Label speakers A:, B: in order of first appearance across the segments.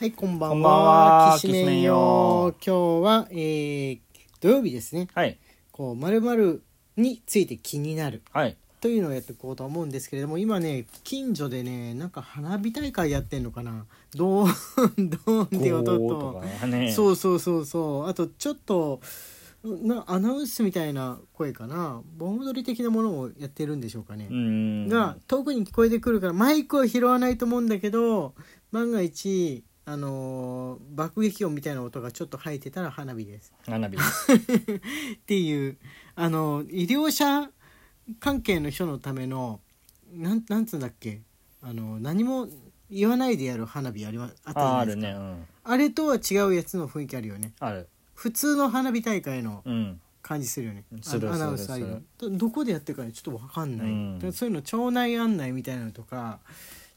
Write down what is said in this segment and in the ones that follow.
A: はい、こんばんは。
B: こんばんは
A: きしめん
B: き
A: よ。今日は、えー、土曜日ですね。
B: はい
A: こう、まるについて気になる
B: はい
A: というのをやっていこうと思うんですけれども、今ね、近所でね、なんか花火大会やってんのかな。ド ーン、ドーンって音
B: ゴ
A: と。
B: ーとかね
A: そうそうそうそうあとちょっとなアナウンスみたいな声かな盆踊り的なものをやってるんでしょうかね
B: う、ん
A: が遠くに聞こえてくるからマイクを拾わないと思うんだけど万が一あのー爆撃音みたいな音がちょっと入ってたら花火です
B: 花火です
A: っていうあのー医療者関係の人のためのなんなんつうんだっけあのー何も言わないでやる花火ありまあったじゃ
B: あ
A: な
B: あ
A: いで
B: る
A: すか
B: ねうん
A: あれとは違うやつの雰囲気あるよね
B: ある
A: 普通の花火大会の
B: うん
A: 感じするよね、
B: する
A: あのアナウンス
B: する
A: ああいう
B: す
A: のどどこでやってるかねちょっと分かんない、
B: うん
A: でそういうの町内案内みたいなのとか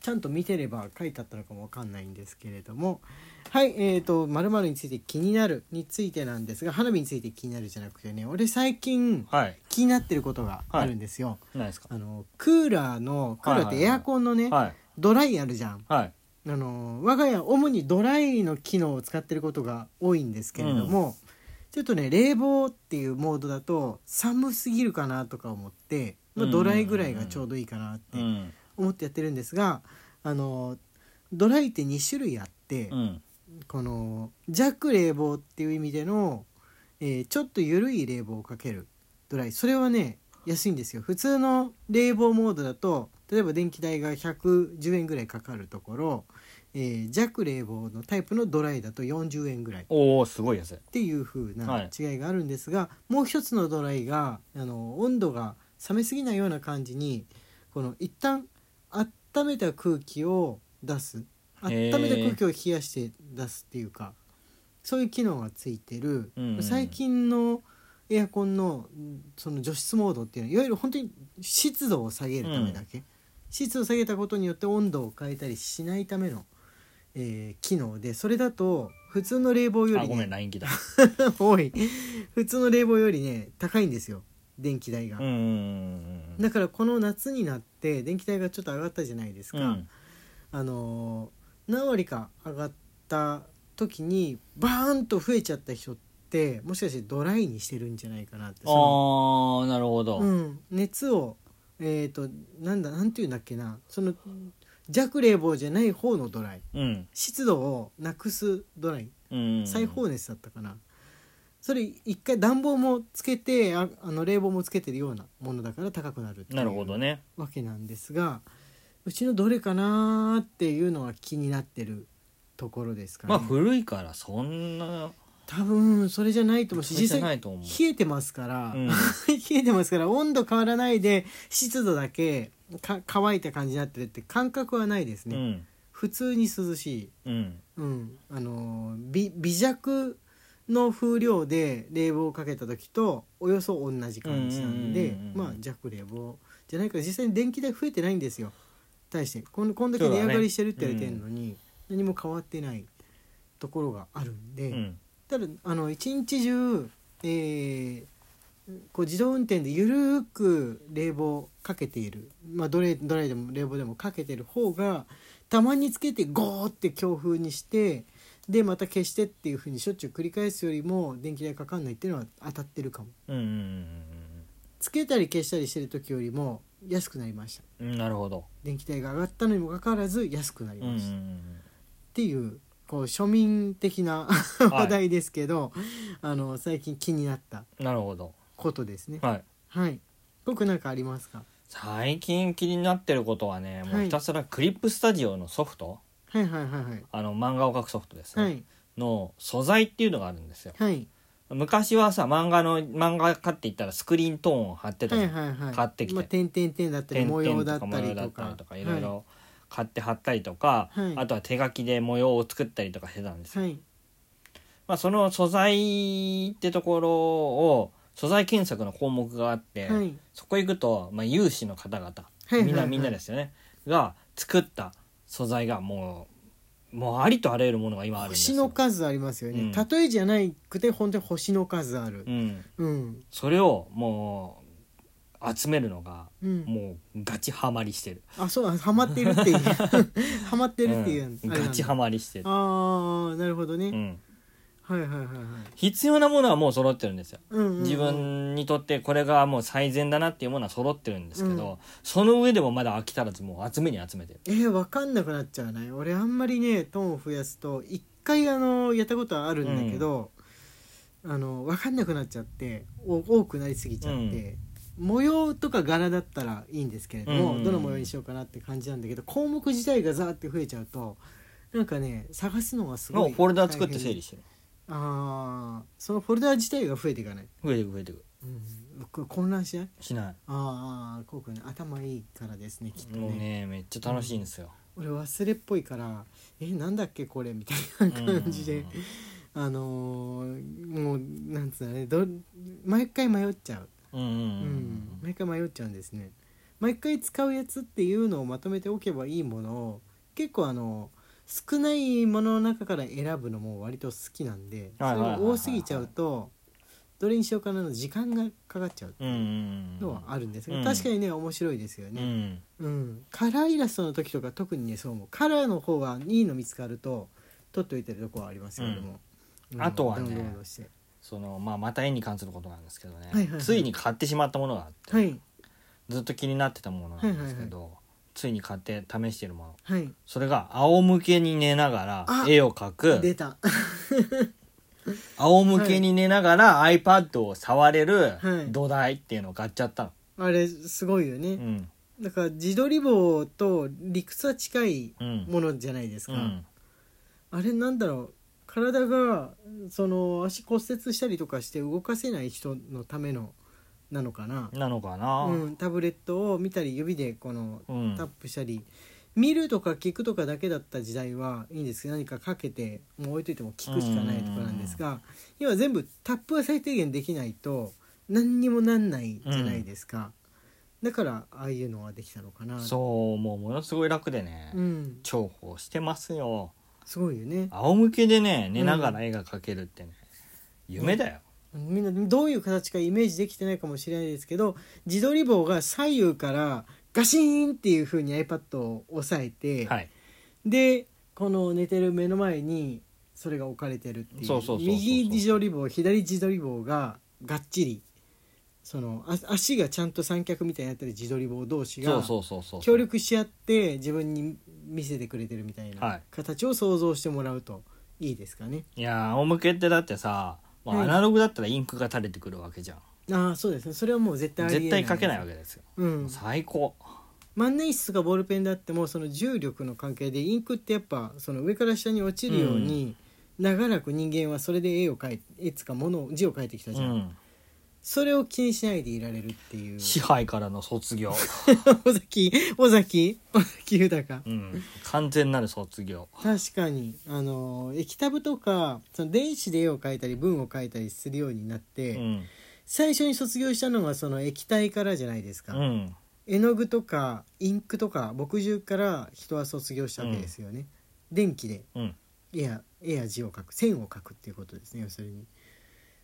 A: ちゃんと見てれば書いてあったのかも分かんないんですけれどもはいえー、と「まるについて気になる」についてなんですが花火について気になるじゃなくてね俺最近
B: はい
A: 気になってることがあるんですよ、
B: 何ですか
A: あのクーラーのクーラーっ
B: はいはい
A: て
B: はい
A: エアコンのね、
B: はい
A: ドライあるじゃん
B: はい
A: あの我が家主にドライの機能を使ってることが多いんですけれども、ちょっとね冷房っていうモードだと寒すぎるかなとか思って、まあ、
B: うん
A: ドライぐらいがちょうどいいかなっ
B: う
A: て
B: ん
A: 思ってやってるんですが、あのドライって2種類あって、
B: うん
A: この弱冷房っていう意味での、えーちょっと緩い冷房をかけるドライそれはね安いんですよ普通の冷房モードだと例えば電気代が110円ぐらいかかるところ、えー弱冷房のタイプのドライだと40円ぐらいっ
B: おおすごい安い
A: ていう風
B: は
A: ない違いがあるんですが、もう一つのドライがあの温度が冷めすぎないような感じにこの一旦温めた空気を出す
B: へ
A: 温
B: ー
A: めた空気を冷やして出すっていうかそういう機能がついてる、
B: うんうん
A: 最近のエアコンのその除湿モードっていうのはいわゆる本当に湿度を下げるためだけ、湿度を下げたことによって温度を変えたりしないための、えー機能でそれだと普通の冷房よ
B: あ
A: り
B: ごめん
A: ね
B: LINE 来た
A: 多い普通の冷房よりね高いんですよ電気代が、
B: うんうん
A: だからこの夏になって電気代がちょっと上がったじゃないですか、
B: うんうん
A: あのー何割か上がった時にバーンと増えちゃった人ってもしかしてドライにしてるんじゃないかなって
B: あ
A: そ
B: ーなるほど
A: の、うん、熱をえっ、となんだなんていうんだっけなその弱冷房じゃない方のドライ
B: うん
A: 湿度をなくすドライ
B: うん
A: 最高熱だったかな、それ一回暖房もつけてああの冷房もつけてるようなものだから高くなるっていう
B: なるほどね
A: わけなんですがうちのどれかなーっていうのは気になってるところですかね、
B: まあ古いからそんな
A: 多分それじゃないと思うし
B: それじゃ
A: 実
B: ない
A: 際
B: と思う
A: 冷えてますから、
B: うん
A: 冷えてますから温度変わらないで湿度だけか乾いた感じになってるって感覚はないです
B: う
A: ね、
B: ん
A: 普通に涼しい、
B: うん
A: うんあのーび微弱の風量で冷房をかけた時とおよそ同じ感じなん
B: う
A: で
B: んうんうんうん
A: まあ弱冷房じゃないから実際に電気代増えてないんですよ対してこんこんだけ値上がりしてるって言われてるのに、何も変わってないところがあるんで、
B: うん
A: ただあの一日中、えーこう自動運転でゆるーく冷房かけている、まあ、ドレドライでも冷房でもかけてる方がたまにつけてゴーって強風にしてでまた消してっていうふうにしょっちゅう繰り返すよりも電気代かかんないっていうのは当たってるかも
B: うんうん
A: つけたり消したりしてる時よりも安くなりました
B: うんうんなるほど
A: 電気代が上がったのにもかかわらず安くなり
B: うんうんう
A: ました、
B: ん
A: っていうこう庶民的な話題ですけど、あの最近気になった
B: なるほど
A: ことですね。
B: はい
A: はい。僕なんかありますか。
B: 最近気になってることはねも
A: は
B: う
A: い
B: ひたすらクリップスタジオのソフト
A: はいはいはいはい。
B: あの漫画を描くソフトですね、
A: はい
B: の素材っていうのがあるんですよ
A: はい
B: 昔はさ漫画の漫画買っていったらスクリーントーンを貼ってた
A: は
B: じゃ
A: い
B: ん、
A: はいはい。
B: 買ってきて
A: まあ、点々点だったり
B: 点
A: 模様
B: 々
A: だ
B: と
A: っ
B: か
A: た
B: 模
A: り
B: 様だ
A: と
B: ったり
A: か。
B: とかいろいろ買って貼ったりとか、
A: はい
B: あとは手書きで模様を作ったりとかしてたんです
A: は
B: よ、
A: い。はい。
B: まあ、その素材ってところを素材検索の項目があって、
A: はい
B: そこ行くと、まあ、有志の方々、
A: いはい
B: みんなみんなですよねが作った素材がもうもうありとあらゆるものが今あるんです
A: 星
B: よ
A: の数ありますよね。
B: うん
A: 例えじゃなくて本当に星の数ある
B: う。ん、
A: うん。
B: それをもう集めるのが
A: うん、
B: もうガチハマりしてる、
A: あそうなんハマってるっていう ハマってるっていう、
B: うん
A: あれなんだ
B: ガチハマりしてる、
A: ああなるほどね、
B: うん、
A: はいはいはいはい、
B: 必要なものはもう揃ってるんですよ
A: うんうんうん、
B: 自分にとってこれがもう最善だなっていうものは揃ってるんですけど、その上でもまだ飽き足らずもう集めに集めてる
A: えー、分かんなくなっちゃうね俺あんまりねトーンを増やすと一回あのやったことはあるんだけど、あの分かんなくなっちゃってお多くなりすぎちゃって、模様とか柄だったらいいんですけれども、
B: うん
A: どの模様にしようかなって感じなんだけど項目自体がザーって増えちゃうとなんかね探すのがすご
B: もう
A: い
B: フォルダー作って整理
A: し
B: してる
A: ああそのフォルダー自体が増えていかない、
B: 増えてく増えてく
A: うんこ、混乱しない
B: しな
A: あーあーこうくんね頭いいからですねきっ
B: い
A: と
B: もうねめっちゃ楽しいんですよ、
A: 俺忘れっぽいから「えなんだっけこれ」みたいな感じで、あのーもうなんつうのねど毎回迷っちゃう、
B: うんうんうん
A: う
B: うん
A: ん、毎回迷っちゃうんですね毎回使うやつっていうのをまとめておけばいいものを結構あの少ないものの中から選ぶのも割と好きなんでそ
B: はい
A: れ
B: はいはいはい
A: が多すぎちゃうとどれにしようかなの時間がかかっちゃう
B: うんうんうん
A: のはあるんですけど、
B: うん
A: 確かにね面白いですよね。
B: うん
A: うん、カラーイラストの時とか特にねそう思うカラーの方がいいの見つかると取っておいてるとこはありますけれども、うん
B: あとは
A: ダ
B: ね
A: ウンロードして
B: そのまあまた絵に関することなんですけどね、
A: はいはいはい
B: ついに買ってしまったものがあって、
A: はい
B: ずっと気になってたものなんですけど、ついに買って試してるもの
A: はい
B: それが仰向けに寝なが
A: あ
B: ら絵を描
A: 出
B: く
A: た
B: 仰向けに寝ながら iPad を触れる
A: はい
B: 土台っていうのを買っちゃったの、
A: あれすごいよね、
B: うん
A: だから自撮り棒と理屈は近い
B: うん
A: ものじゃないです
B: う
A: か、
B: ん
A: あれなんだろう体がその足骨折したりとかして動かせない人のためのなのかな、
B: なのかな
A: うん、タブレットを見たり指でこの
B: うん
A: タップしたり、見るとか聞くとかだけだった時代はいいんですけど何かかけてもう置いといても聞くしかないとかなんですが今は全部タップは最低限できないと何にもなんないじゃないですか、だからああいうのはできたのかな
B: そうもうものすごい楽でね、
A: うん、
B: 重宝してますよ
A: すごいよね
B: 仰向けでね寝ながら絵が描けるってね、夢だよ、
A: みんなどういう形かイメージできてないかもしれないですけど自撮り棒が左右からガシーンっていう風に iPad を押さえて、
B: はい
A: でこの寝てる目の前にそれが置かれてるっていう
B: そうそうそうそう
A: 右自撮り棒左自撮り棒ががっちりそのあ足がちゃんと三脚みたいになってる自撮り棒同士
B: そ
A: が
B: うそうそうそう
A: 協力し合って自分に見せてくれてるみたい
B: は
A: ない形を想像してもらうといいですかね。
B: いやー仰向けってだってさ、ま
A: うん
B: あ、アナログだったらインクが垂れてくるわけじゃん、
A: ああそうですねそれはもう絶対ありえ
B: 絶対描けないわ
A: け、
B: けですよ、
A: うん、
B: 最高
A: 万年筆とかボールペンであってもその重力の関係でインクってやっぱその上から下に落ちるように、長らく人間はそれで絵を描い絵つかもの字を描いてきた
B: う
A: じゃん、
B: ん
A: それを気にしないでいられるっていう
B: 支配からの卒業、
A: 尾崎尾 崎尾崎豊
B: うん、完全なる卒業
A: 確かにあの液タブとかその電子で絵を描いたり文を描いたりするようになって、
B: うん
A: 最初に卒業したのがその液体からじゃないですか、
B: うん
A: 絵の具とかインクとか墨汁から人は卒業したわけですよね、電気で
B: うん
A: 絵や絵や字を描く線を描くっていうことですね要するに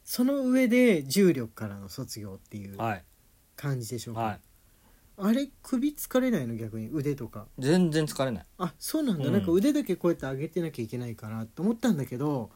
A: その上で重力からの卒業っていう
B: はい
A: 感じでしょうか、
B: はい
A: あれ首疲れないの逆に腕とか
B: 全然疲れない
A: あそうなんだ、
B: うん
A: なんか腕だけこうやって上げてなきゃいけないかなと思ったんだけど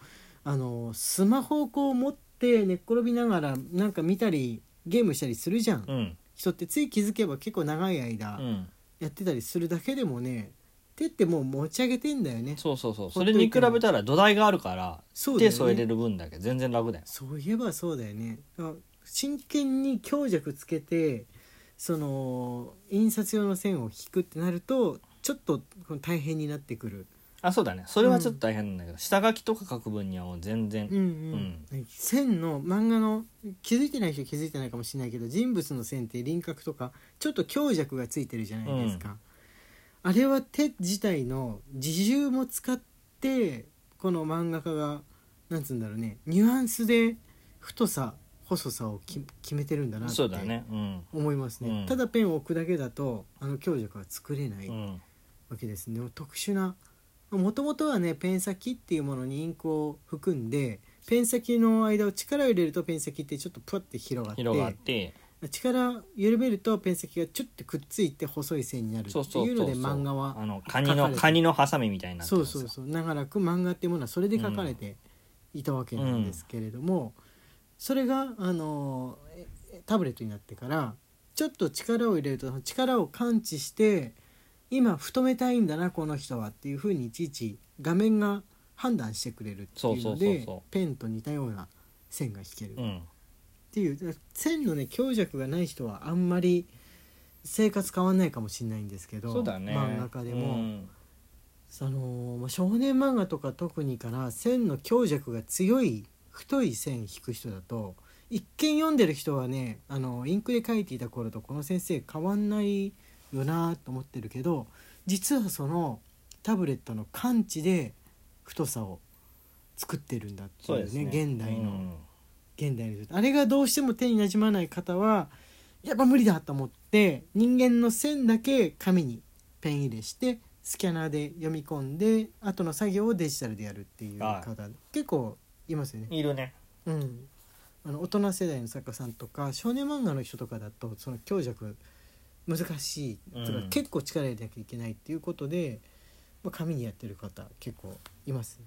A: あのスマホをこう持って寝っ転びながらなんか見たりゲームしたりするじゃん、
B: うん
A: 人ってつい気づけば結構長いう間
B: ん
A: やってたりするだけでもね手ってもう持ち上げてんだよね
B: そうそうそう
A: ほ
B: そ
A: っとい
B: れ
A: ても
B: に比べたら土台があるから
A: そうだよ
B: 手
A: ね
B: 添えれる分だけ全然楽だよ
A: そういえばそうだよねあ真剣に強弱つけてその印刷用の線を引くってなるとちょっとこの大変になってくる、
B: あそうだねそれはちょっと大変なんだけど、下書きとか書く分にはもう全然
A: うんうん線の漫画の気づいてない人気づいてないかもしれないけど人物の線って輪郭とかちょっと強弱がついてるじゃないですか、あれは手自体の自重も使ってこの漫画家がなんつうんだろうねニュアンスで太さ細さをき決めてるんだなって
B: そうだねうん、
A: 思いますね、
B: うん
A: ただペンを置くだけだとあの強弱は作れない
B: うん、
A: わけですね、特殊なもともとはねペン先っていうものにインクを含んでペン先の間を力を入れるとペン先ってちょっとプワッて広がって
B: 広がって
A: 力緩めるとペン先がチュッてくっついて細い線になるって
B: そうそう
A: い
B: そうう
A: の
B: そう
A: で漫画は
B: あのカ
A: 書
B: ニ
A: か
B: の
A: れて
B: カニのハサミみたいになって
A: そ
B: るん
A: う
B: です
A: そ
B: よ
A: うそう長らく漫画っていうものはそれで書かれていたわけなんですけれども、それがあのええタブレットになってからちょっと力を入れるとその力を感知して今太めたいんだなこの人はっていうふうにいちいち画面が判断してくれるっていう
B: そ
A: の
B: うそう
A: で
B: そうそ
A: ペンと似たような線が引ける
B: う、ん、
A: っていうだから線のね強弱がない人はあんまり生活変わんないかもしれないんですけど
B: そうだね
A: 漫画家でも。
B: うん
A: そのまあ少年漫画とか特にかな線の強弱が強い太い線引く人だと一見読んでる人はねあのインクで書いていた頃とこの先生変わんないよなと思ってるけど実はそのタブレットの感知で太さを作ってるんだって
B: そ
A: い
B: うで
A: う
B: すね
A: ね現代の、
B: うん
A: 現代の人あれがどうしても手になじまない方はやっぱ無理だと思って人間の線だけ紙にペン入れしてスキャナーで読み込んで後の作業をデジタルでやるっていう
B: は
A: 方
B: い
A: 結構いますよね。
B: いるね
A: うん、あの大人世代の作家さんとか少年漫画の人とかだとその強弱難しいとか、
B: うん
A: 結構力入れなきゃいけないっていうことで、まあ、紙にやってる方結構いますね。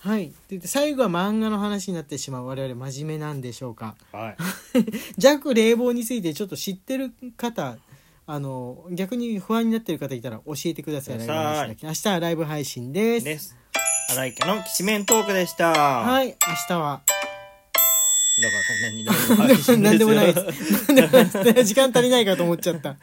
A: はい、で最後は漫画の話になってしまう我々真面目なんでしょうか
B: はい
A: 弱冷房についてちょっと知ってる方あの逆に不安になってる方いたら教えてください
B: くだ
A: ライブ
B: さい
A: 配信だけ明日はライブ配信です
B: です荒井家のきしめんトークでした
A: はいい明日は
B: だからこんなに何でも配信です
A: 何で
B: よ
A: もないです時間足りないかと思っちゃった